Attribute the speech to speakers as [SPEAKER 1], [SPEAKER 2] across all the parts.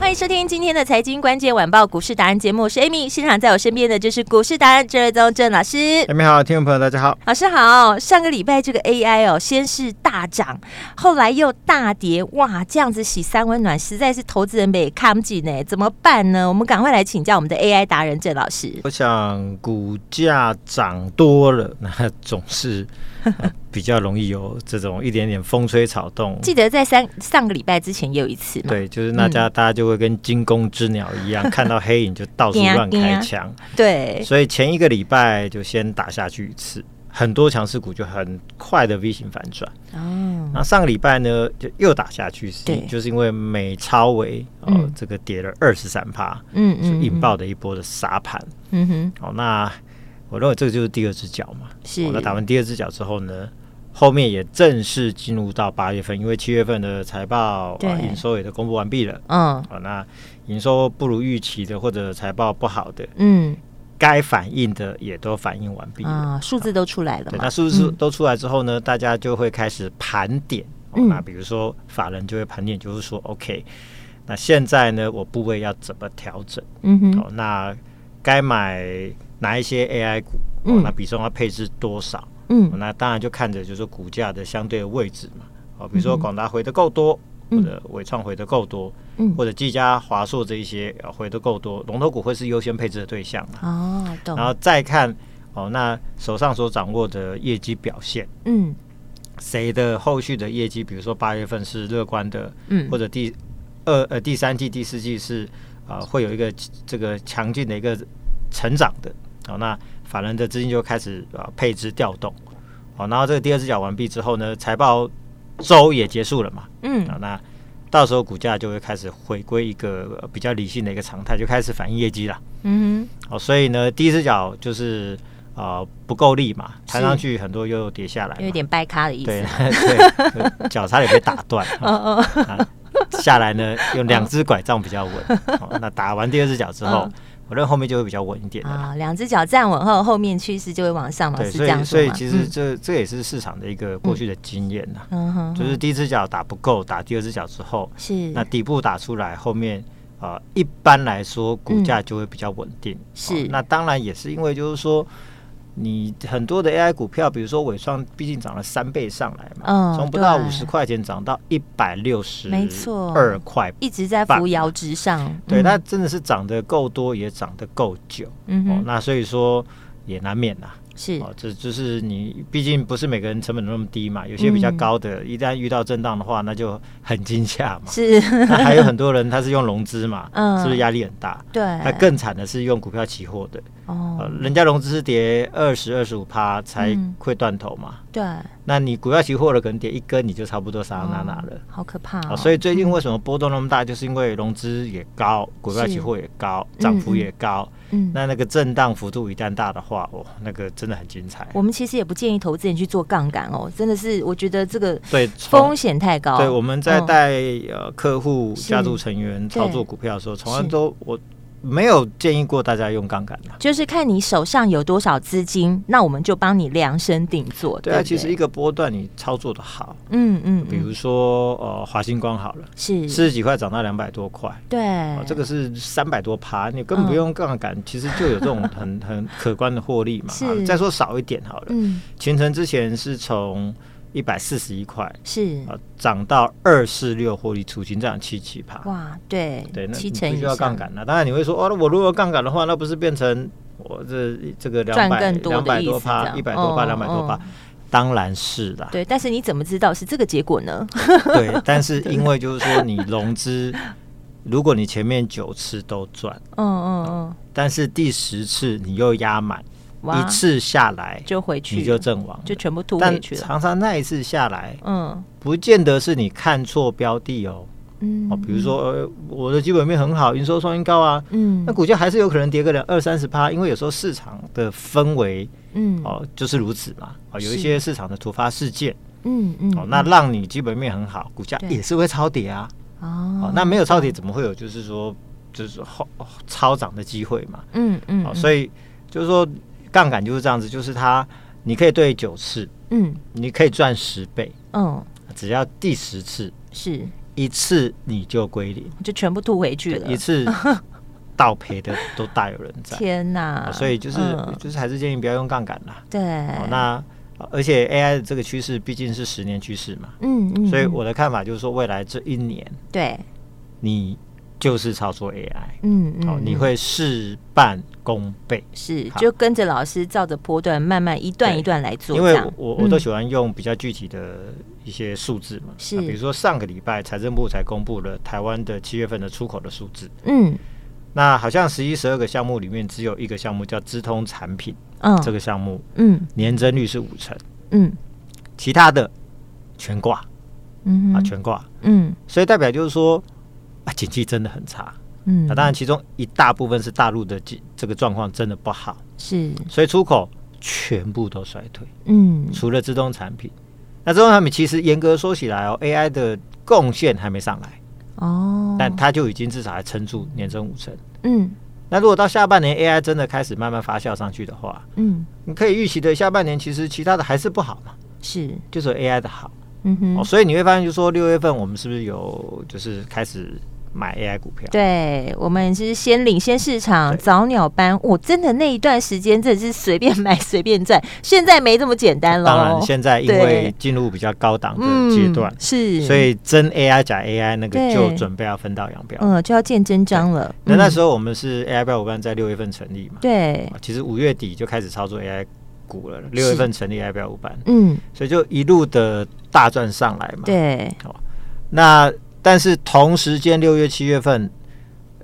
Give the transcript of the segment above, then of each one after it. [SPEAKER 1] 欢迎收听今天的财经关键晚报股市达人节目，我是 Amy，现场在我身边的就是股市达人郑瑞宗郑老师。
[SPEAKER 2] 哎你们好，听众朋友，大家好。
[SPEAKER 1] 老师好，上个礼拜这个 AI 哦，先是大涨，后来又大跌，哇，这样子洗三温暖，实在是投资人被看不紧呢，怎么办呢？我们赶快来请教我们的 AI 达人郑老师。
[SPEAKER 2] 我想股价涨多了， 那总是、 呃比较容易有这种一点点风吹草动。
[SPEAKER 1] 记嗯得在三上个礼拜之前也有一次嘛，
[SPEAKER 2] 对，就是大家、大家就会跟惊弓之鸟一 样，看到黑影就到处
[SPEAKER 1] 惊啊
[SPEAKER 2] 乱
[SPEAKER 1] 惊
[SPEAKER 2] 开
[SPEAKER 1] 啊
[SPEAKER 2] 枪。
[SPEAKER 1] 对，
[SPEAKER 2] 所以前一个礼拜就先打下去一次，很多强势股就很快的 V 型反转。
[SPEAKER 1] 哦，
[SPEAKER 2] 那上个礼拜呢，就又打下去，是
[SPEAKER 1] 对
[SPEAKER 2] 就是因为美超维哦、
[SPEAKER 1] 嗯
[SPEAKER 2] 这个跌了二十三趴，
[SPEAKER 1] 嗯
[SPEAKER 2] 就引爆
[SPEAKER 1] 的，
[SPEAKER 2] 的一波的杀盘。
[SPEAKER 1] 嗯哼，
[SPEAKER 2] 哦，那我认为这个就是第二只脚嘛。
[SPEAKER 1] 是
[SPEAKER 2] 哦那打完第二只脚之后呢，后面也正式进入到八月份，因为七月份的财报
[SPEAKER 1] 对
[SPEAKER 2] 啊营收也都公布完毕了。
[SPEAKER 1] 嗯
[SPEAKER 2] 好、那营收不如预期的，或者财报不好的，
[SPEAKER 1] 嗯
[SPEAKER 2] 该反映的也都反映完毕了。
[SPEAKER 1] 啊，数字都出来了
[SPEAKER 2] 对，
[SPEAKER 1] 嘛，
[SPEAKER 2] 那数字
[SPEAKER 1] 嗯
[SPEAKER 2] 都出来之后呢，大家就会开始盘点。哦
[SPEAKER 1] 嗯
[SPEAKER 2] 那比如说法人就会盘点，就是说，OK，那现在呢，我部位要怎么调整？
[SPEAKER 1] 嗯哼，
[SPEAKER 2] 哦，那该买哪一些 AI 股？哦
[SPEAKER 1] 嗯，
[SPEAKER 2] 那比重要配置多少？哦
[SPEAKER 1] 嗯
[SPEAKER 2] 那当然就看着就是股价的相对的位置嘛。哦，比如说广达回的够多，
[SPEAKER 1] 嗯
[SPEAKER 2] 或者伟创回的够多，
[SPEAKER 1] 嗯，
[SPEAKER 2] 或者技嘉、华硕这一些呃回的够多，龙头股会是优先配置的对象嘛。
[SPEAKER 1] 哦，懂，
[SPEAKER 2] 然后再看哦，那手上所掌握的业绩表现，
[SPEAKER 1] 嗯
[SPEAKER 2] 谁的后续的业绩，比如说八月份是乐观的，
[SPEAKER 1] 嗯，
[SPEAKER 2] 或者第二呃第三季、第四季是啊、呃会有一个这个强劲的一个成长的。好、那法人的资金就开始啊、呃配置调动。好、然后这个第二只脚完毕之后呢，财报周也结束了嘛。
[SPEAKER 1] 嗯
[SPEAKER 2] 啊，那到时候股价就会开始回归一个呃比较理性的一个常态，就开始反映业绩了。
[SPEAKER 1] 嗯
[SPEAKER 2] 好、所以呢，第一只脚就是啊、呃不够力嘛，弹上去很多又跌下来
[SPEAKER 1] 哼，
[SPEAKER 2] 嘛，
[SPEAKER 1] 有一点掰咖的意
[SPEAKER 2] 对
[SPEAKER 1] 思，
[SPEAKER 2] 对， 脚差点被打 断。
[SPEAKER 1] 哦哦。
[SPEAKER 2] 啊，下来呢，用两只拐杖比较 稳、哦那打完第二只脚之后，
[SPEAKER 1] 嗯
[SPEAKER 2] 我认为后面就会比较稳一点的啦。
[SPEAKER 1] 啊，两只脚站稳后，后面趋势就会往上嘛，嗯
[SPEAKER 2] 对，
[SPEAKER 1] 是
[SPEAKER 2] 所
[SPEAKER 1] 这样
[SPEAKER 2] 以所
[SPEAKER 1] 说
[SPEAKER 2] 以
[SPEAKER 1] 吗？
[SPEAKER 2] 其实这、这也是市场的一个过去的经验呐、
[SPEAKER 1] 嗯，嗯哼，
[SPEAKER 2] 就是第一只脚打不够，打第二只脚之后，
[SPEAKER 1] 是
[SPEAKER 2] 那底部打出来，后面啊、呃一般来说股价就会比较稳定。哦
[SPEAKER 1] 是
[SPEAKER 2] 那当然也是因为就是说。你很多的 AI 股票，比如说伟创，毕竟涨了三倍上来嘛，
[SPEAKER 1] 嗯
[SPEAKER 2] 从、不到
[SPEAKER 1] 对
[SPEAKER 2] 五十块钱涨到一百六十，
[SPEAKER 1] 没错
[SPEAKER 2] 二块
[SPEAKER 1] 一直在扶摇直上。嗯
[SPEAKER 2] 对，它真的是涨得够多，也涨得够久、
[SPEAKER 1] 嗯
[SPEAKER 2] 哦。
[SPEAKER 1] 哼，
[SPEAKER 2] 那所以说也难免啦、
[SPEAKER 1] 是
[SPEAKER 2] 哦，这就是你，毕竟不是每个人成本都那么低嘛，有
[SPEAKER 1] 嗯
[SPEAKER 2] 些比较高的，一旦遇到震荡的话，那就很惊吓嘛。
[SPEAKER 1] 是，
[SPEAKER 2] 那 还有很多人他是用融资嘛，
[SPEAKER 1] 嗯
[SPEAKER 2] 是不是压力很大？
[SPEAKER 1] 对，
[SPEAKER 2] 那更惨的是用股票期货的，呃
[SPEAKER 1] 哦，，
[SPEAKER 2] 人家融资是跌二十二十五趴才
[SPEAKER 1] 嗯
[SPEAKER 2] 会断头嘛，
[SPEAKER 1] 对，
[SPEAKER 2] 那你股票期货的可能跌一根你就差不多撒那那了
[SPEAKER 1] 哦。好可怕
[SPEAKER 2] 啊，
[SPEAKER 1] 哦。
[SPEAKER 2] 所以最近为什么波动那么大，就是因为融资也高，股票
[SPEAKER 1] 是
[SPEAKER 2] 期货也高，涨幅也高。
[SPEAKER 1] 嗯，
[SPEAKER 2] 那那个震荡幅度一旦大的话，哦，那个真的很精彩。
[SPEAKER 1] 我们其实也不建议投资人去做杠杆哦，真的是，我觉得这个
[SPEAKER 2] 对，
[SPEAKER 1] 风
[SPEAKER 2] 从
[SPEAKER 1] 险太高。
[SPEAKER 2] 哦对我们在
[SPEAKER 1] 嗯
[SPEAKER 2] 带呃客户、
[SPEAKER 1] 是
[SPEAKER 2] 家族成员操
[SPEAKER 1] 对
[SPEAKER 2] 作股票的时候，从来
[SPEAKER 1] 是
[SPEAKER 2] 都我没有建议过大家用杠杆的。
[SPEAKER 1] 就是看你手上有多少资金，那我们就帮你量身定做。
[SPEAKER 2] 对
[SPEAKER 1] 不
[SPEAKER 2] 啊，其实一个波段你操作的好，
[SPEAKER 1] 嗯嗯，嗯
[SPEAKER 2] 比如说呃华星光好了，
[SPEAKER 1] 是
[SPEAKER 2] 四十几块涨到两百多块。
[SPEAKER 1] 对
[SPEAKER 2] 哦，这个是三百多趴，你根
[SPEAKER 1] 嗯
[SPEAKER 2] 本不用杠杆，其实就有这种 很很可观的获利嘛。
[SPEAKER 1] 是
[SPEAKER 2] 啊再说少一点好了，
[SPEAKER 1] 嗯
[SPEAKER 2] 前程之前是从一百四十一块
[SPEAKER 1] 是
[SPEAKER 2] 啊涨到二四六获利出清，这样七七趴。
[SPEAKER 1] 哇，对
[SPEAKER 2] 啊对，那
[SPEAKER 1] 七
[SPEAKER 2] 你不
[SPEAKER 1] 成以
[SPEAKER 2] 需要
[SPEAKER 1] 上
[SPEAKER 2] 杠。杆了。当然你会说，哦，那我如果杠杆的话，那不是变成我这这个两
[SPEAKER 1] 赚
[SPEAKER 2] 百
[SPEAKER 1] 更多
[SPEAKER 2] 两
[SPEAKER 1] 的
[SPEAKER 2] 百
[SPEAKER 1] 意思，
[SPEAKER 2] 多趴、一百多趴、两百多趴
[SPEAKER 1] 嗯？嗯？
[SPEAKER 2] 当然是 啦，
[SPEAKER 1] 对，但是你怎么知道是这个结果呢？
[SPEAKER 2] 对，但是因为就是说你融资如果你前面九次都赚，
[SPEAKER 1] 嗯嗯嗯，
[SPEAKER 2] 但是第十次你又压满，
[SPEAKER 1] 哇
[SPEAKER 2] 一次下来
[SPEAKER 1] 就回去了，
[SPEAKER 2] 你就阵亡了。
[SPEAKER 1] 就全部吐回
[SPEAKER 2] 但
[SPEAKER 1] 去了。
[SPEAKER 2] 常常那一次下来，
[SPEAKER 1] 嗯
[SPEAKER 2] 不见得是你看错标的哦。
[SPEAKER 1] 嗯
[SPEAKER 2] 哦，比如说、呃、我的基本面很好，营收创新高啊，
[SPEAKER 1] 嗯
[SPEAKER 2] 那股价还是有可能跌个两二三十趴，因为有时候市场的氛围
[SPEAKER 1] 嗯
[SPEAKER 2] 哦就是如此嘛。哦，有一
[SPEAKER 1] 是
[SPEAKER 2] 些市场的突发事件
[SPEAKER 1] 嗯嗯
[SPEAKER 2] 哦，那让你基本面很好，股价
[SPEAKER 1] 对
[SPEAKER 2] 也是会超跌啊。哦
[SPEAKER 1] 哦，
[SPEAKER 2] 那没有超跌怎么会有就是说就是后超涨的机会嘛？
[SPEAKER 1] 嗯嗯
[SPEAKER 2] 哦，
[SPEAKER 1] 嗯
[SPEAKER 2] 所以就是说杠杆就是这样子，就是它你可以对九次，
[SPEAKER 1] 嗯
[SPEAKER 2] 你可以赚十倍，
[SPEAKER 1] 嗯
[SPEAKER 2] 只要第十次
[SPEAKER 1] 是
[SPEAKER 2] 一次你就归零，
[SPEAKER 1] 就全部吐回去了
[SPEAKER 2] 一。次倒赔的都大有人在。
[SPEAKER 1] 天哪！
[SPEAKER 2] 哦所以就是、
[SPEAKER 1] 嗯哎
[SPEAKER 2] 就是还是建议不要用杠杆啦。
[SPEAKER 1] 对
[SPEAKER 2] 哦，那呃而且 AI 的这个趋势毕竟是十年趋势嘛，
[SPEAKER 1] 嗯嗯，
[SPEAKER 2] 所以
[SPEAKER 1] 嗯
[SPEAKER 2] 我的看法就是说，未来这一年
[SPEAKER 1] 对
[SPEAKER 2] 你就是操作 AI。
[SPEAKER 1] 嗯嗯
[SPEAKER 2] 哦，你
[SPEAKER 1] 嗯
[SPEAKER 2] 会事半功倍，
[SPEAKER 1] 是
[SPEAKER 2] 好
[SPEAKER 1] 就跟着老师照着波段慢慢一段一段来做，
[SPEAKER 2] 因为
[SPEAKER 1] 这样
[SPEAKER 2] 我我我都
[SPEAKER 1] 嗯
[SPEAKER 2] 喜欢用比较具体的一些数字嘛，
[SPEAKER 1] 是
[SPEAKER 2] 啊比如说上个礼拜财政部才公布了台湾的七月份的出口的数字，
[SPEAKER 1] 嗯
[SPEAKER 2] 那好像十一十二个项目里面只有一个项目叫资通产品，
[SPEAKER 1] 嗯
[SPEAKER 2] 这个项目
[SPEAKER 1] 嗯
[SPEAKER 2] 年增率是五成，
[SPEAKER 1] 嗯
[SPEAKER 2] 其他的全挂
[SPEAKER 1] 嗯
[SPEAKER 2] 啊
[SPEAKER 1] 哼
[SPEAKER 2] 全挂，
[SPEAKER 1] 嗯
[SPEAKER 2] 所以代表就是说啊景气真的很差，
[SPEAKER 1] 嗯
[SPEAKER 2] 那、当然其中一大部分是大陆的这这个状况真的不好，
[SPEAKER 1] 是
[SPEAKER 2] 所以出口全部都衰退。
[SPEAKER 1] 嗯
[SPEAKER 2] 除了自动产品，那自动产品其实严格说起来哦，AI 的贡献还没上来，
[SPEAKER 1] 哦，
[SPEAKER 2] 但它就已经至少还撑住年增五成。
[SPEAKER 1] 嗯
[SPEAKER 2] 那如果到下半年 AI 真的开始慢慢发酵上去的话，
[SPEAKER 1] 嗯
[SPEAKER 2] 你可以预期的下半年其实其他的还是不好嘛，
[SPEAKER 1] 是
[SPEAKER 2] 就是 AI 的好、
[SPEAKER 1] 嗯哼
[SPEAKER 2] 哦，所以你会发现就是说六月份我们是不是有就是开始买 AI 股票？
[SPEAKER 1] 对，我们是先领先市场，
[SPEAKER 2] 对
[SPEAKER 1] 早鸟班。我真的那一段时间真的是随便买随便 赚，现在没这么简单了。
[SPEAKER 2] 当然，现在因为
[SPEAKER 1] 对
[SPEAKER 2] 进入比较高档的阶段，
[SPEAKER 1] 嗯是，
[SPEAKER 2] 所以真 AI 假 AI 那个
[SPEAKER 1] 对
[SPEAKER 2] 就准备要分道扬镳。
[SPEAKER 1] 嗯，就要见真章了。
[SPEAKER 2] 那那时
[SPEAKER 1] 候、
[SPEAKER 2] 候我们是 AI 标伙伴在六月份成立嘛，
[SPEAKER 1] 对
[SPEAKER 2] 啊，其实五月底就开始操作 AI 股了，六月份成立 AI 标五班，
[SPEAKER 1] 嗯，
[SPEAKER 2] 所以就一路的大赚上来嘛。，
[SPEAKER 1] 对，
[SPEAKER 2] 那但是同时间六月、七月份，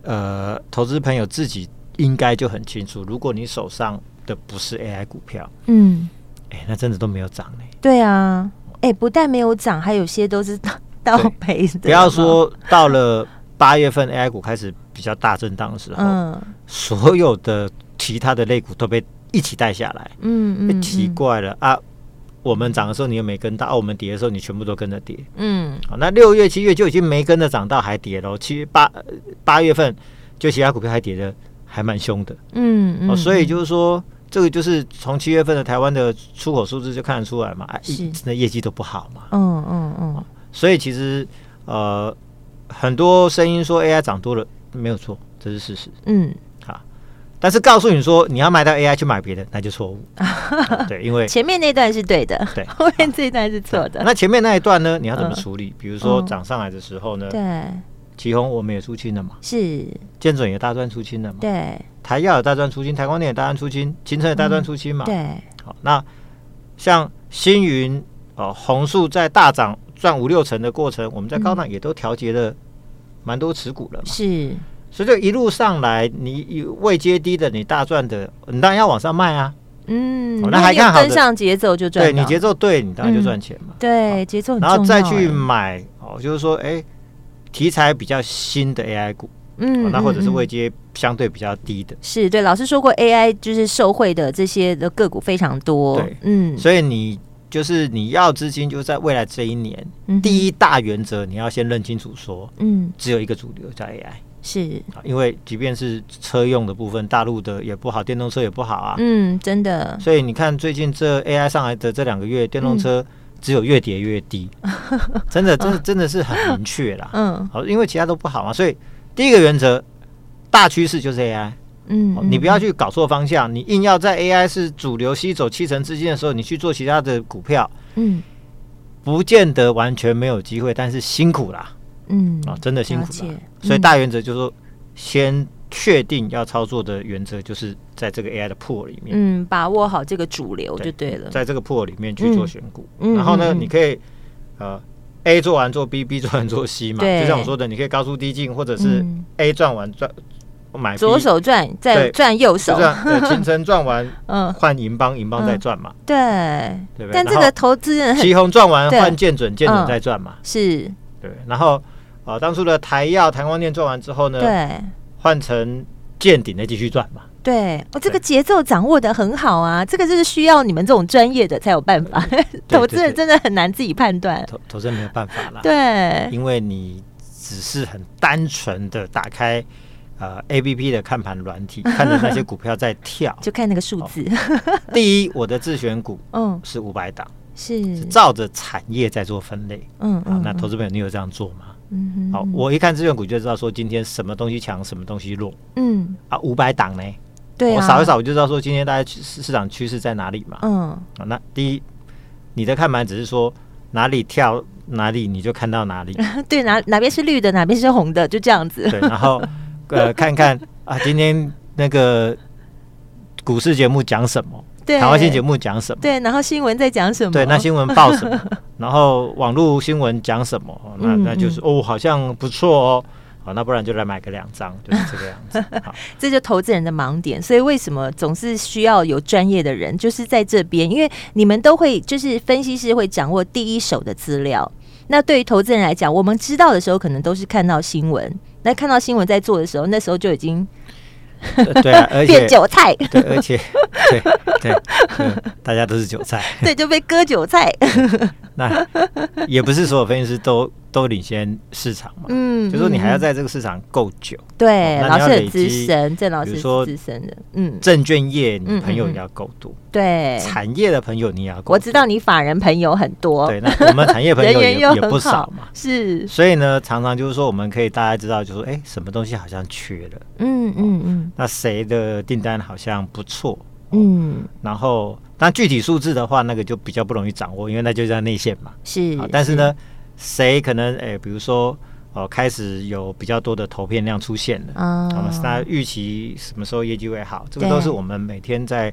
[SPEAKER 2] 呃，投资朋友自己应该就很清楚，如果你手上的不是 AI 股票，
[SPEAKER 1] 嗯，
[SPEAKER 2] 哎、那真的都没有涨嘞、
[SPEAKER 1] 对啊，哎、不但没有涨，还有些都是倒倒
[SPEAKER 2] 对
[SPEAKER 1] 赔的。
[SPEAKER 2] 不要，说到了八月份 AI 股开始比较大震荡的时候，
[SPEAKER 1] 嗯
[SPEAKER 2] 所有的其他的类股都被一起带下来。
[SPEAKER 1] 嗯
[SPEAKER 2] 欸
[SPEAKER 1] 嗯，
[SPEAKER 2] 奇怪了啊！我们涨的时候你又没跟到，啊，我们跌的时候你全部都跟着跌。
[SPEAKER 1] 嗯，
[SPEAKER 2] 好，那六月、七月就已经没跟着涨到还跌了哦，七月八呃八月份就其他股票还跌的还蛮凶的、
[SPEAKER 1] 嗯嗯
[SPEAKER 2] 哦，
[SPEAKER 1] 嗯，
[SPEAKER 2] 所以就是说。这个就是从七月份的台湾的出口数字就看得出来嘛，哎、
[SPEAKER 1] 是
[SPEAKER 2] 那业绩都不好嘛，
[SPEAKER 1] 嗯嗯嗯，
[SPEAKER 2] 所以其实呃很多声音说 AI 涨多了没有错，这是事实。
[SPEAKER 1] 嗯，
[SPEAKER 2] 但是告诉你说你要卖到 AI 去买别的，那就错误、 啊对，因为
[SPEAKER 1] 前面那段是对的，
[SPEAKER 2] 对
[SPEAKER 1] 后面这一段是错的。
[SPEAKER 2] 那前面那一段呢，你要怎么
[SPEAKER 1] 嗯
[SPEAKER 2] 处理？比如说
[SPEAKER 1] 嗯
[SPEAKER 2] 涨上来的时候呢，
[SPEAKER 1] 对，
[SPEAKER 2] 旗宏我们也出清了嘛，
[SPEAKER 1] 是，
[SPEAKER 2] 建准也大赚出清了嘛，
[SPEAKER 1] 对，
[SPEAKER 2] 台药也大赚出清，台光电也大赚出清，秦城也大赚出清嘛。
[SPEAKER 1] 嗯对，
[SPEAKER 2] 好，那像星云哦、红树在大涨赚五六成的过程，我们在高
[SPEAKER 1] 嗯
[SPEAKER 2] 档也都调节了蛮多持股了嘛，
[SPEAKER 1] 是，
[SPEAKER 2] 所以就一路上来，你你未接低的，你大赚的，你当然要往上卖啊。
[SPEAKER 1] 嗯，
[SPEAKER 2] 哦那还
[SPEAKER 1] 你有
[SPEAKER 2] 看好的
[SPEAKER 1] 跟上节奏就赚啊
[SPEAKER 2] 对
[SPEAKER 1] 到，
[SPEAKER 2] 你节奏对，你当然就赚钱嘛。
[SPEAKER 1] 对节奏很重
[SPEAKER 2] 然
[SPEAKER 1] 要，
[SPEAKER 2] 后再去
[SPEAKER 1] 哎
[SPEAKER 2] 买哦，就是说，哎、题材比较新的 AI 股，哦
[SPEAKER 1] 嗯，
[SPEAKER 2] 那或者是
[SPEAKER 1] 嗯嗯
[SPEAKER 2] 位阶相对比较低的，
[SPEAKER 1] 是对老师说过，AI 就是受惠的这些的个股非常多，
[SPEAKER 2] 对
[SPEAKER 1] 嗯，
[SPEAKER 2] 所以你就是你要资金，就在未来这一年，
[SPEAKER 1] 以
[SPEAKER 2] 第
[SPEAKER 1] 一，
[SPEAKER 2] 一大原则你要先认清楚说，
[SPEAKER 1] 嗯，
[SPEAKER 2] 只有一个主流叫 AI
[SPEAKER 1] 是，
[SPEAKER 2] 啊，因为即便是车用的部分，大陆的也不好，电动车也不好啊，
[SPEAKER 1] 嗯，真的，
[SPEAKER 2] 所以你看最近这 AI 上来的这两个
[SPEAKER 1] 嗯
[SPEAKER 2] 月，电动车只有越跌越 低，真的，真的真的是很明确啦，
[SPEAKER 1] 嗯
[SPEAKER 2] 好，因为其他都不好嘛，所以第一个原则。大趋势就是 AI，、
[SPEAKER 1] 嗯
[SPEAKER 2] 哦，你不要去搞错方向。你硬要在 AI 是主流吸走七成资金的时候，你去做其他的股票，
[SPEAKER 1] 嗯，
[SPEAKER 2] 不见得完全没有机会，但是辛苦啦
[SPEAKER 1] 嗯
[SPEAKER 2] 啊，
[SPEAKER 1] 嗯，
[SPEAKER 2] 真的辛
[SPEAKER 1] 了
[SPEAKER 2] 苦
[SPEAKER 1] 解
[SPEAKER 2] 啦。，所以大原则就是说，先确定要操作的原则就是在这个 AI 的 pool 里面，
[SPEAKER 1] 嗯，嗯把握好这个主流
[SPEAKER 2] 对
[SPEAKER 1] 就对了，
[SPEAKER 2] 在这个 pool 里面去做选股，
[SPEAKER 1] 嗯嗯
[SPEAKER 2] 然后呢，
[SPEAKER 1] 嗯嗯
[SPEAKER 2] 你可以呃 A 做完做 B，B 做完做 C 嘛，
[SPEAKER 1] 对
[SPEAKER 2] 就像我说的，你可以高出低进，或者是
[SPEAKER 1] 嗯
[SPEAKER 2] A 赚完赚买 B,
[SPEAKER 1] 左手转，再
[SPEAKER 2] 对
[SPEAKER 1] 转右
[SPEAKER 2] 就
[SPEAKER 1] 手
[SPEAKER 2] 这，样， 呃，秦城赚完
[SPEAKER 1] 嗯，
[SPEAKER 2] 换银邦，银邦再赚嘛，
[SPEAKER 1] 对。
[SPEAKER 2] 对不对？
[SPEAKER 1] 但这
[SPEAKER 2] 然后
[SPEAKER 1] 个投资人很
[SPEAKER 2] 旗红赚完
[SPEAKER 1] 对
[SPEAKER 2] 换建准，建准
[SPEAKER 1] 嗯
[SPEAKER 2] 再赚嘛，
[SPEAKER 1] 是
[SPEAKER 2] 对不对。然后啊、呃当初的台药、台光电赚完之后呢，
[SPEAKER 1] 对
[SPEAKER 2] 换成建鼎再继续赚嘛，
[SPEAKER 1] 对，哦，这个
[SPEAKER 2] 对
[SPEAKER 1] 节奏掌握的很好啊，这个就是需要你们这种专业的才有办法，投资人真的很难自己判断。
[SPEAKER 2] 投投资人没有办法啦，
[SPEAKER 1] 对，。
[SPEAKER 2] 因为你只是很单纯的打开呃 A P P 的看盘软体，看着那些股票在跳
[SPEAKER 1] 就看那个数字，
[SPEAKER 2] 第一，我的自选股
[SPEAKER 1] 嗯，
[SPEAKER 2] 是五百档，
[SPEAKER 1] 是，
[SPEAKER 2] 是照着产业在做分类。
[SPEAKER 1] 嗯
[SPEAKER 2] 好，那投资朋友你有这样做吗？
[SPEAKER 1] 嗯哼
[SPEAKER 2] 好，我一看自选股就知道说今天什么东西强，什么东西弱
[SPEAKER 1] 嗯，
[SPEAKER 2] 啊。五百档呢，
[SPEAKER 1] 对啊，
[SPEAKER 2] 我扫一，扫我就知道说今天大概市市场趋势在哪里嘛。
[SPEAKER 1] 嗯，
[SPEAKER 2] 啊，那第一，你的看盘只是说哪里跳哪里你就看到哪里，
[SPEAKER 1] 对，哪哪边是绿的，哪边是红的，就这样子。
[SPEAKER 2] 对，然后呃，看看啊，今天那个股市节目讲什么，
[SPEAKER 1] 对，
[SPEAKER 2] 台湾新节目讲什么，
[SPEAKER 1] 对，然后新闻在讲什么？
[SPEAKER 2] 对，那新闻报什么， 然后网络新闻讲什么，哦那
[SPEAKER 1] 嗯
[SPEAKER 2] 那就是哦，好像不错哦。好，那不然就来买个两张， 就是这个样子。好，
[SPEAKER 1] 这就投资人的盲点。所以为什么总是需要有专业的人，就是在这边，因为你们都会就是分析师会掌握第一手的资料。那对于投资人来讲，我们知道的时候，可能都是看到新闻。那看到新闻在做的时候，那时候就已经
[SPEAKER 2] 呃对啊，而且
[SPEAKER 1] 变韭菜，
[SPEAKER 2] 对，而且对对对，大家都是韭菜。
[SPEAKER 1] 对，就被割韭菜。
[SPEAKER 2] 那也不是所有分析师都都领先市场嘛，
[SPEAKER 1] 嗯，
[SPEAKER 2] 就说你还要
[SPEAKER 1] 嗯
[SPEAKER 2] 在这个市场够久，
[SPEAKER 1] 对
[SPEAKER 2] 哦那你
[SPEAKER 1] 老师
[SPEAKER 2] 要
[SPEAKER 1] 很
[SPEAKER 2] 累
[SPEAKER 1] 资
[SPEAKER 2] 积
[SPEAKER 1] 深，郑老
[SPEAKER 2] 比
[SPEAKER 1] 师
[SPEAKER 2] 如
[SPEAKER 1] 是
[SPEAKER 2] 说
[SPEAKER 1] 资深的，嗯，
[SPEAKER 2] 证券业你
[SPEAKER 1] 嗯
[SPEAKER 2] 朋友
[SPEAKER 1] 嗯
[SPEAKER 2] 也
[SPEAKER 1] 嗯
[SPEAKER 2] 要够多，
[SPEAKER 1] 对，
[SPEAKER 2] 产业的朋友你也要够多。
[SPEAKER 1] 哎我知道你法人朋友很多，
[SPEAKER 2] 对，那我们产业朋 友
[SPEAKER 1] 人
[SPEAKER 2] 也
[SPEAKER 1] 缘又
[SPEAKER 2] 也不
[SPEAKER 1] 很
[SPEAKER 2] 少
[SPEAKER 1] 好
[SPEAKER 2] 嘛，
[SPEAKER 1] 是，
[SPEAKER 2] 所以呢，常常就是说，我们可以大家知道，就是说，哎，什么东西好像缺了，
[SPEAKER 1] 嗯嗯嗯
[SPEAKER 2] 那谁的订单好像不错，
[SPEAKER 1] 嗯，
[SPEAKER 2] 然后，但具体数字的话，那个就比较不容易掌握，因为那就在内线嘛。
[SPEAKER 1] 嗯是
[SPEAKER 2] 啊，，但是呢，谁可能哎，比如说哦，开始有比较多的投片量出现了，
[SPEAKER 1] 啊
[SPEAKER 2] 那么那预期什么时候业绩会好，这个
[SPEAKER 1] 对
[SPEAKER 2] 都是我们每天在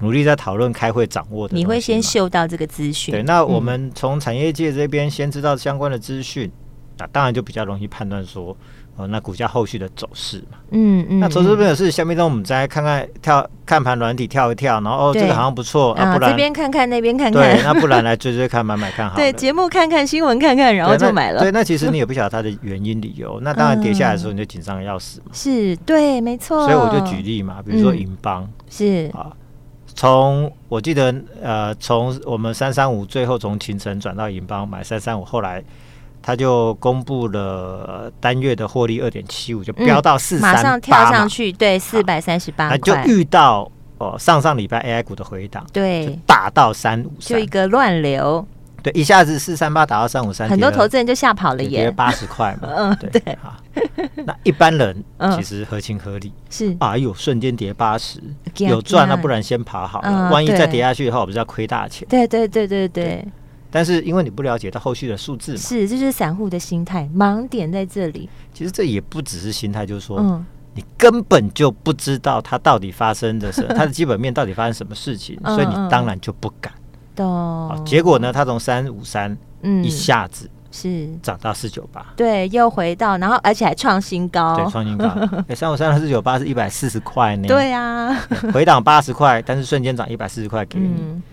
[SPEAKER 2] 努力在讨论、开会、掌握的东西
[SPEAKER 1] 你
[SPEAKER 2] 嘛。
[SPEAKER 1] 会先嗅到这个资讯，
[SPEAKER 2] 对，那我
[SPEAKER 1] 嗯
[SPEAKER 2] 们从产业界这边先知道相关的资讯，那、当然就比较容易判断说，呃，那股价后续的走势嘛。
[SPEAKER 1] 嗯嗯，
[SPEAKER 2] 那投资
[SPEAKER 1] 嗯
[SPEAKER 2] 朋友是下面让我们再看看跳看盘软体跳一跳，然后哦
[SPEAKER 1] 对
[SPEAKER 2] 这个好像不错，
[SPEAKER 1] 啊，
[SPEAKER 2] 不然
[SPEAKER 1] 这边看看那边看
[SPEAKER 2] 对，
[SPEAKER 1] 看，
[SPEAKER 2] 那不然来追追看买买看好了。
[SPEAKER 1] 对，
[SPEAKER 2] 对，
[SPEAKER 1] 节目看看，新闻看看，然后就
[SPEAKER 2] 那
[SPEAKER 1] 买了
[SPEAKER 2] 对，，那其实你也不晓得它的原因理由，那当然跌下来的时候你就紧张的要死嘛。
[SPEAKER 1] 是，对，没错，
[SPEAKER 2] 所以我就举例嘛，比如说
[SPEAKER 1] 嗯
[SPEAKER 2] 银邦、
[SPEAKER 1] 是，
[SPEAKER 2] 啊，从我记得呃，从我们三三五最后从秦城转到银邦买三三五，后来他就公布了、呃单月的获利二点七五，就飙到四
[SPEAKER 1] 嗯马上
[SPEAKER 2] 三
[SPEAKER 1] 跳
[SPEAKER 2] 八
[SPEAKER 1] 上
[SPEAKER 2] 嘛，
[SPEAKER 1] 去，对，四百三十八
[SPEAKER 2] 那就嗯
[SPEAKER 1] 块，
[SPEAKER 2] 遇到哦、上上礼拜 AI 股的回档，就
[SPEAKER 1] 对，
[SPEAKER 2] 打到三五
[SPEAKER 1] 哎就
[SPEAKER 2] 三
[SPEAKER 1] 一，个乱流，
[SPEAKER 2] 对，一下子四三八打到三五三，
[SPEAKER 1] 很多
[SPEAKER 2] 跌了
[SPEAKER 1] 投资人就吓跑了
[SPEAKER 2] 也跌
[SPEAKER 1] 耶，
[SPEAKER 2] 八十块嘛，
[SPEAKER 1] 嗯
[SPEAKER 2] 对啊，那一般人
[SPEAKER 1] 嗯
[SPEAKER 2] 其实合情合理，
[SPEAKER 1] 是，
[SPEAKER 2] 哎呦，瞬间跌八十，
[SPEAKER 1] 惊啊
[SPEAKER 2] 有赚那
[SPEAKER 1] 惊
[SPEAKER 2] 不然先爬好
[SPEAKER 1] 嗯
[SPEAKER 2] 了，万一再
[SPEAKER 1] 对
[SPEAKER 2] 跌下去的话，我不是要亏大钱？
[SPEAKER 1] 对对对对对，
[SPEAKER 2] 但是因为你不了解到后续的数字嘛，
[SPEAKER 1] 是，这就是散户的心态，盲点在这里，
[SPEAKER 2] 其实这也不只是心态，就是说、
[SPEAKER 1] 嗯，
[SPEAKER 2] 你根本就不知道它到底发生的什，它的基本面到底发生什么事情，
[SPEAKER 1] 嗯
[SPEAKER 2] 所以你当然就不敢。啊
[SPEAKER 1] 懂，
[SPEAKER 2] 结果呢，它从三五三
[SPEAKER 1] 嗯
[SPEAKER 2] 一下子
[SPEAKER 1] 是。
[SPEAKER 2] 涨到四九八，
[SPEAKER 1] 对，又回到，然后而且还创新
[SPEAKER 2] 对，
[SPEAKER 1] 高。
[SPEAKER 2] 创 新高。三五三到四九八是一百四十块呢，，
[SPEAKER 1] 对啊，
[SPEAKER 2] 回档八十块，但是瞬间涨一百四十块给你。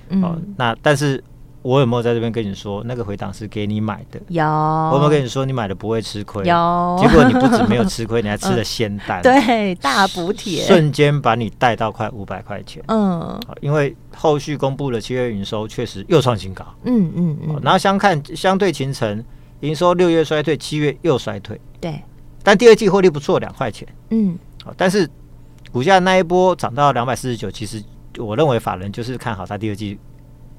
[SPEAKER 1] 嗯
[SPEAKER 2] 哦
[SPEAKER 1] 嗯，，
[SPEAKER 2] 那但是我有没有在这边跟你说，那个回档是给你买的？
[SPEAKER 1] 有。
[SPEAKER 2] 我有没有跟你说你买的不会吃亏？
[SPEAKER 1] 哦有
[SPEAKER 2] 结果你不止没有吃亏，你还吃了仙丹。
[SPEAKER 1] 对大补贴，
[SPEAKER 2] 瞬间把你带到快五百块钱。
[SPEAKER 1] 嗯
[SPEAKER 2] 啊因为后续公布了七月营收确实又创新高，
[SPEAKER 1] 嗯嗯
[SPEAKER 2] 啊
[SPEAKER 1] 嗯，
[SPEAKER 2] 然后相看相对秦城营收六月衰退，七月又衰退，
[SPEAKER 1] 对，
[SPEAKER 2] 但第二季获利不错，两块钱，
[SPEAKER 1] 嗯
[SPEAKER 2] 啊但是股价那一波涨到两百四十九，其实我认为法人就是看好它第二季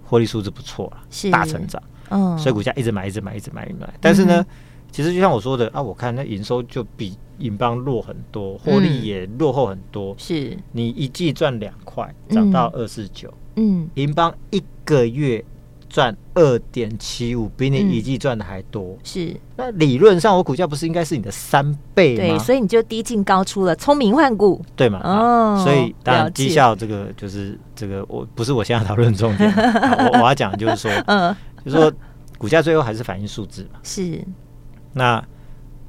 [SPEAKER 2] 获利数字不错了，
[SPEAKER 1] 是
[SPEAKER 2] 大成长，
[SPEAKER 1] 嗯，
[SPEAKER 2] 所以股价一直买，一直买，一直买，一直买。但是呢，其实就像我说的啊，我看那营收就比银邦弱很多，获利
[SPEAKER 1] 嗯
[SPEAKER 2] 也落后很多，
[SPEAKER 1] 是
[SPEAKER 2] 你一季赚两块，
[SPEAKER 1] 嗯
[SPEAKER 2] 涨到二四九，
[SPEAKER 1] 嗯
[SPEAKER 2] 银邦一个月赚二点七五，比你
[SPEAKER 1] 嗯
[SPEAKER 2] 一季赚的还多。
[SPEAKER 1] 是
[SPEAKER 2] 那理论上，我股价不是应该是你的三倍吗？
[SPEAKER 1] 对，所以你就低进高出了，聪明换股，
[SPEAKER 2] 对嘛？
[SPEAKER 1] 哦
[SPEAKER 2] 啊所以当
[SPEAKER 1] 了
[SPEAKER 2] 然
[SPEAKER 1] 解
[SPEAKER 2] 绩效这个就是这个，我不是我现在讨论重点，啊我我要讲的就是说，
[SPEAKER 1] 嗯
[SPEAKER 2] 就是说股价最后还是反映数字嘛。
[SPEAKER 1] 是
[SPEAKER 2] 那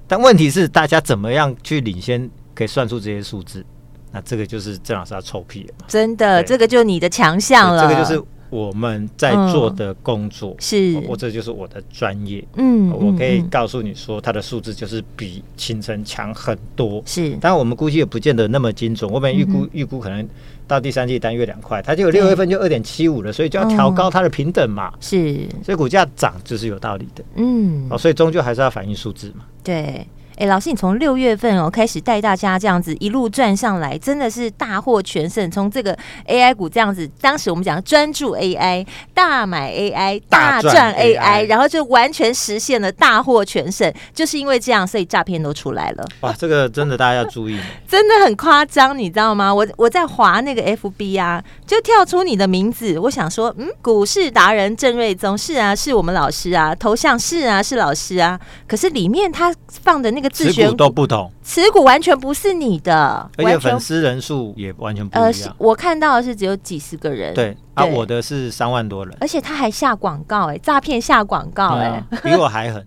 [SPEAKER 2] 但问题是，大家怎么样去领先可以算出这些数字？那这个就是郑老师要臭屁了嘛。
[SPEAKER 1] 真的，
[SPEAKER 2] 对
[SPEAKER 1] 这个就你的强项了。
[SPEAKER 2] 这个就是我们在做的工作，
[SPEAKER 1] 是
[SPEAKER 2] 我这就是我的专业。哦
[SPEAKER 1] 嗯，
[SPEAKER 2] 我可以
[SPEAKER 1] 嗯嗯
[SPEAKER 2] 告诉你说，它的数字就是比秦城强很多。
[SPEAKER 1] 是
[SPEAKER 2] 当然，我们估计也不见得那么精准。我本来预估、
[SPEAKER 1] 嗯
[SPEAKER 2] 预估可能到第三季单月两块，它就有六月份就二点七五了，所以就要调高它的平等嘛。
[SPEAKER 1] 是，
[SPEAKER 2] 所以股价涨就是有道理的
[SPEAKER 1] 哦嗯
[SPEAKER 2] 哦，，所以终究还是要反映数字嘛。
[SPEAKER 1] 对。哎，老师，你从六月份哦开始带大家这样子一路转上来，真的是大获全胜。从这个 AI 股这样子，当时我们讲专注 AI、大买 AI、
[SPEAKER 2] 大赚
[SPEAKER 1] 赚
[SPEAKER 2] AI
[SPEAKER 1] 然后就完全实现了大获全胜。就是因为这样，所以诈骗都出来了。
[SPEAKER 2] 哇，这个真的大家要注意呢。
[SPEAKER 1] 真的很夸张，你知道吗？我我在划那个 FB 啊，就跳出你的名字，我想说，嗯，股市达人郑瑞宗是啊，是我们老师啊，头像是啊，是老师啊。可是里面他放的那个自
[SPEAKER 2] 持
[SPEAKER 1] 选
[SPEAKER 2] 股都不同，
[SPEAKER 1] 持股完全不是你的，
[SPEAKER 2] 而且
[SPEAKER 1] 完全
[SPEAKER 2] 粉丝人数也完全不
[SPEAKER 1] 呃，
[SPEAKER 2] 一
[SPEAKER 1] 是
[SPEAKER 2] 样。
[SPEAKER 1] 我看到的是只有几十个人，
[SPEAKER 2] 对啊，我的是三万多人，
[SPEAKER 1] 而且他还下广告、哎，诈骗下广告、哎、
[SPEAKER 2] 嗯比我 还狠，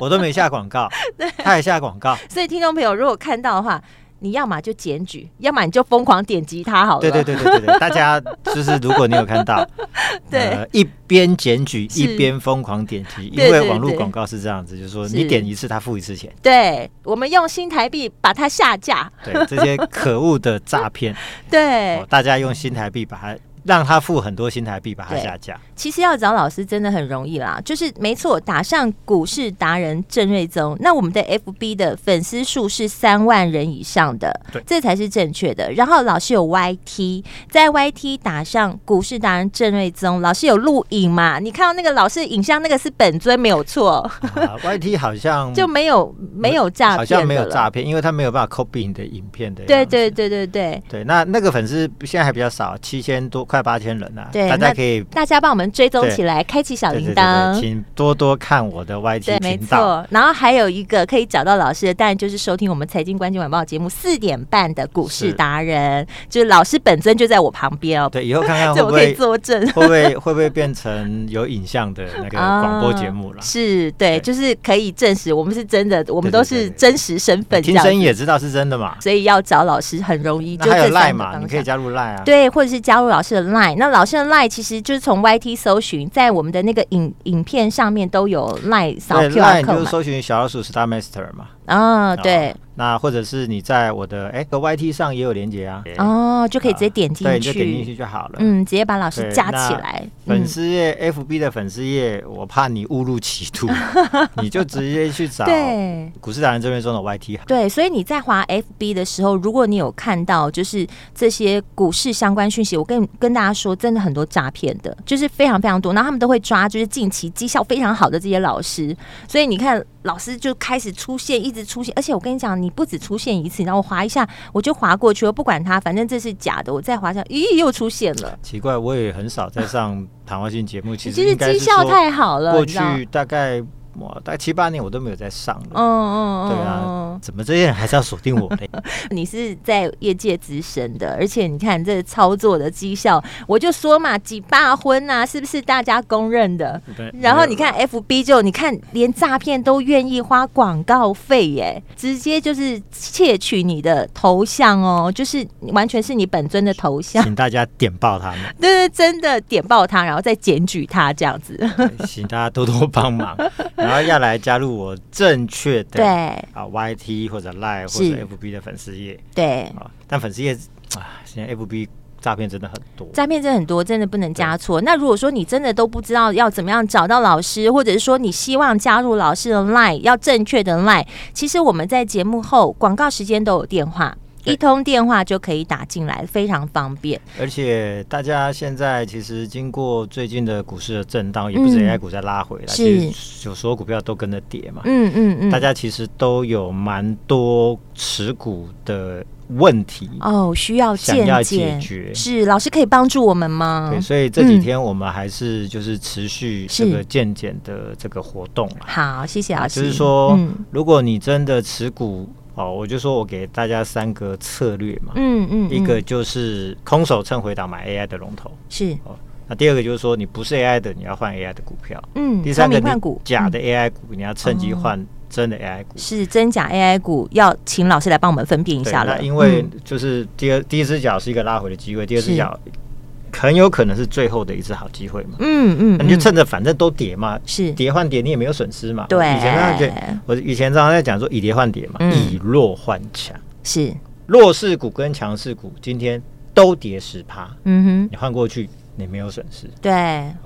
[SPEAKER 2] 我都没下广告，他还下广告。
[SPEAKER 1] 所以听众朋友如果看到的话，你要么就检举，要么你就疯狂点击他好了，，
[SPEAKER 2] 对对对对对对，大家就是如果你有看到
[SPEAKER 1] 对
[SPEAKER 2] 呃，一边检举
[SPEAKER 1] 是
[SPEAKER 2] 一边疯狂点击，因
[SPEAKER 1] 对对
[SPEAKER 2] 为网络
[SPEAKER 1] 对
[SPEAKER 2] 广告是这样子，就是说
[SPEAKER 1] 是
[SPEAKER 2] 你点一次他付一次钱，
[SPEAKER 1] 对我们用新台币把它下架，
[SPEAKER 2] 对 这些可恶的诈骗，
[SPEAKER 1] 对。
[SPEAKER 2] 哦大家用新台币把它让他付很多新台币把它
[SPEAKER 1] 对
[SPEAKER 2] 下架，
[SPEAKER 1] 其实要找老师真的很容易啦，就是没错，打上股市达人郑瑞宗，那我们的 FB 的粉丝数是三万人以上的
[SPEAKER 2] 对，
[SPEAKER 1] 这才是正确的。然后老师有 YT，在 YT 打上股市达人郑瑞宗，老师有录影嘛？你看到那个老师影像，那个是本尊没有错，
[SPEAKER 2] 啊 YT 好 像
[SPEAKER 1] 就没有没有诈骗，
[SPEAKER 2] 好像没有诈，骗，因为他没有办法 copy 你的影片的样子，
[SPEAKER 1] 对对对对对。
[SPEAKER 2] 对，那那个粉丝现在还比较少，七千多，快八千人啊，
[SPEAKER 1] 对
[SPEAKER 2] 大
[SPEAKER 1] 那
[SPEAKER 2] 家可以。
[SPEAKER 1] 大家帮我们追踪
[SPEAKER 2] 对
[SPEAKER 1] 起来，开启小
[SPEAKER 2] 对对
[SPEAKER 1] 铃
[SPEAKER 2] 对
[SPEAKER 1] 铛。
[SPEAKER 2] 对，请多多看我的
[SPEAKER 1] 对
[SPEAKER 2] YT，
[SPEAKER 1] 没
[SPEAKER 2] 频道。
[SPEAKER 1] 错。然后还有一个可以找到老师的，当然就是收听我们财经关键晚报节目四点半的股市
[SPEAKER 2] 是
[SPEAKER 1] 达人，就是老师本身就在我旁边哦。
[SPEAKER 2] 对，以后看看 会
[SPEAKER 1] 这
[SPEAKER 2] 不
[SPEAKER 1] 我可以
[SPEAKER 2] 会
[SPEAKER 1] 作 证。
[SPEAKER 2] 会不会会不会变成有影像的那个广播节目了
[SPEAKER 1] 啊？是对，
[SPEAKER 2] 对
[SPEAKER 1] 就是可以证实我们是真的，我们都
[SPEAKER 2] 对
[SPEAKER 1] 是
[SPEAKER 2] 对对对
[SPEAKER 1] 真实身份这
[SPEAKER 2] 听
[SPEAKER 1] 样
[SPEAKER 2] 声音
[SPEAKER 1] 子，
[SPEAKER 2] 也知道是真的嘛？
[SPEAKER 1] 所以要找老师很容易。就
[SPEAKER 2] 那还有
[SPEAKER 1] 这三
[SPEAKER 2] 赖
[SPEAKER 1] 个
[SPEAKER 2] 嘛？
[SPEAKER 1] 方
[SPEAKER 2] 你可以
[SPEAKER 1] 向
[SPEAKER 2] 加入赖啊。
[SPEAKER 1] 对，或者是加入老师的 Line。那老师的 Line 其实就是从 YT 搜寻，在我们的那个影影片上面都有 Line 扫
[SPEAKER 2] 对，
[SPEAKER 1] QR
[SPEAKER 2] 赖你就
[SPEAKER 1] code
[SPEAKER 2] 是
[SPEAKER 1] 嘛。
[SPEAKER 2] 搜寻小老鼠 Star Master 嘛。
[SPEAKER 1] 啊，对
[SPEAKER 2] 啊，。那或者是你在我的哎 YT 上也有连接啊。
[SPEAKER 1] 哦，就可以直接点进
[SPEAKER 2] 对，你
[SPEAKER 1] 去，
[SPEAKER 2] 就点进去就好了。
[SPEAKER 1] 嗯，直接把老师
[SPEAKER 2] 对
[SPEAKER 1] 加
[SPEAKER 2] 那
[SPEAKER 1] 起来。
[SPEAKER 2] 粉
[SPEAKER 1] 嗯
[SPEAKER 2] 丝页 FB 的粉丝页，我怕你误入歧 途，你就直接去找
[SPEAKER 1] 嗯对
[SPEAKER 2] 股市达人这边中的 YT
[SPEAKER 1] 对，所以你在滑 FB 的时候，如果你有看到就是这些股市相关讯息，我跟跟大家说，真的很多诈骗的，就是非常非常多。然后他们都会抓，就是近期绩效非常好的这些老师，所以你看老师就开始出现，一直出现。而且我跟你讲，你不止出现一次，然后我滑一下，我就滑过去，我不管它，反正这是假的。我再滑一下，咦，又出现了，
[SPEAKER 2] 奇怪，我也很少在上谈话性节目，其
[SPEAKER 1] 其
[SPEAKER 2] 实
[SPEAKER 1] 实
[SPEAKER 2] 应该
[SPEAKER 1] 绩
[SPEAKER 2] 是
[SPEAKER 1] 效
[SPEAKER 2] 说
[SPEAKER 1] 太好了，
[SPEAKER 2] 过
[SPEAKER 1] 你知道
[SPEAKER 2] 去大概我大概七八年我都没有在上
[SPEAKER 1] 嗯
[SPEAKER 2] 了。
[SPEAKER 1] 嗯嗯，
[SPEAKER 2] 对
[SPEAKER 1] 嗯
[SPEAKER 2] 啊，怎么这些人还是要锁定我 嘞？
[SPEAKER 1] 你是在业界资深的，而且你看这操作的绩效，我就说嘛，几霸婚呐、是不是大家公认的？
[SPEAKER 2] 对
[SPEAKER 1] 然后你看 FB 就你看连诈骗都愿意花广告费耶，直接就是窃取你的头像哦，就是完全是你本尊的头像，
[SPEAKER 2] 请大家点爆他们，
[SPEAKER 1] 对对，真的点爆他，然后再检举他这样子，
[SPEAKER 2] 对请大家多多 帮忙，然后要来加入我正确的
[SPEAKER 1] 对
[SPEAKER 2] 啊 YT 或者 Line 或
[SPEAKER 1] 是
[SPEAKER 2] 者 FB 的粉丝页
[SPEAKER 1] 对。
[SPEAKER 2] 啊，但粉丝页啊，现在 FB 诈骗真的很多，
[SPEAKER 1] 诈骗真的很多，真的不能加错。那如果说你真的都不知道要怎么样找到老师，或者是说你希望加入老师的 line，要正确的 line，其实我们在节目后广告时间都有电话。
[SPEAKER 2] 对
[SPEAKER 1] 一通电话就可以打进来，非常方便。
[SPEAKER 2] 而且大家现在其实经过最近的股市的震荡，也不止
[SPEAKER 1] 嗯
[SPEAKER 2] AI 股在拉回来，
[SPEAKER 1] 是
[SPEAKER 2] 其实有所有股票都跟着跌嘛，
[SPEAKER 1] 嗯嗯嗯，
[SPEAKER 2] 大家其实都有蛮多持股的问题。
[SPEAKER 1] 哦，需要
[SPEAKER 2] 想
[SPEAKER 1] 见
[SPEAKER 2] 要
[SPEAKER 1] 解
[SPEAKER 2] 解决
[SPEAKER 1] 是老师可以帮助我们吗
[SPEAKER 2] 对，？所以这几
[SPEAKER 1] 嗯
[SPEAKER 2] 天我们还是就是持续这
[SPEAKER 1] 是
[SPEAKER 2] 个健检的这个活动啊，
[SPEAKER 1] 好，谢谢老师。
[SPEAKER 2] 就是说
[SPEAKER 1] 嗯，
[SPEAKER 2] 如果你真的持股哦，我就说我给大家三个策略嘛，
[SPEAKER 1] 嗯嗯，嗯
[SPEAKER 2] 一个就是空手趁回档买 AI 的龙头
[SPEAKER 1] 是
[SPEAKER 2] 哦，那第二个就是说，你不是 AI 的，你要换 AI 的股票。
[SPEAKER 1] 嗯，
[SPEAKER 2] 第三
[SPEAKER 1] 聪
[SPEAKER 2] 个，
[SPEAKER 1] 明换
[SPEAKER 2] 你
[SPEAKER 1] 股
[SPEAKER 2] 假
[SPEAKER 1] 嗯哦
[SPEAKER 2] 的 AI 股，你要趁机换真的 AI 股。
[SPEAKER 1] 是真假 AI 股，要请老师来帮我们分辨一
[SPEAKER 2] 对，
[SPEAKER 1] 下
[SPEAKER 2] 那
[SPEAKER 1] 了。
[SPEAKER 2] 因为
[SPEAKER 1] 嗯
[SPEAKER 2] 就是第二第一只脚是一个拉回的机会，第二
[SPEAKER 1] 是
[SPEAKER 2] 只脚很有可能是最后的一次好机会嘛。
[SPEAKER 1] 嗯嗯
[SPEAKER 2] 那你就
[SPEAKER 1] 嗯
[SPEAKER 2] 趁着反正都跌嘛，
[SPEAKER 1] 是
[SPEAKER 2] 跌换跌你也没有损失嘛。
[SPEAKER 1] 对
[SPEAKER 2] 以前常常我以前常常在讲说以跌换跌嘛，
[SPEAKER 1] 嗯
[SPEAKER 2] 以弱换强，
[SPEAKER 1] 是，
[SPEAKER 2] 弱势股跟强势股今天都跌十趴，
[SPEAKER 1] 嗯
[SPEAKER 2] 你换过去你没有损失，
[SPEAKER 1] 哼，对，。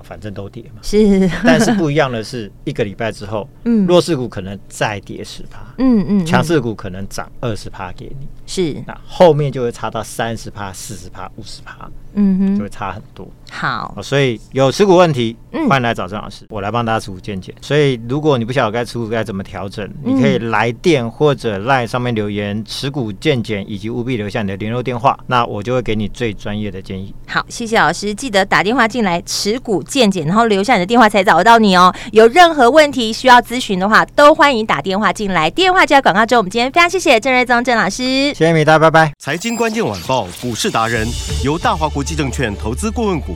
[SPEAKER 2] 反正都跌嘛
[SPEAKER 1] 是，
[SPEAKER 2] 但是不一样的是，一个礼拜之后，
[SPEAKER 1] 嗯
[SPEAKER 2] 弱势股可能再跌十趴，
[SPEAKER 1] 嗯嗯，
[SPEAKER 2] 强
[SPEAKER 1] 嗯
[SPEAKER 2] 势股可能涨二十趴给你，
[SPEAKER 1] 是，
[SPEAKER 2] 那后面就会差到三十趴、四十趴、五十趴，
[SPEAKER 1] 嗯
[SPEAKER 2] 就
[SPEAKER 1] 哼，
[SPEAKER 2] 会差很多。
[SPEAKER 1] 好，
[SPEAKER 2] 哦，所以有持股问题，
[SPEAKER 1] 嗯
[SPEAKER 2] 欢迎来找郑老师，我来帮大家持股见解。所以如果你不晓得该持股该怎么调整，
[SPEAKER 1] 嗯
[SPEAKER 2] 你可以来电或者 LINE 上面留言持股见解，以及务必留下你的联络电话，那我就会给你最专业的建议。
[SPEAKER 1] 好，谢谢老师，记得打电话进来持股见解，然后留下你的电话才找得到你哦。有任何问题需要咨询的话，都欢迎打电话进来，电话就在广告中。我们今天非常谢谢郑瑞宗郑老师，
[SPEAKER 2] 谢谢米大，拜拜。
[SPEAKER 3] 财经关键晚报股市达人由大华国际证券投资顾问股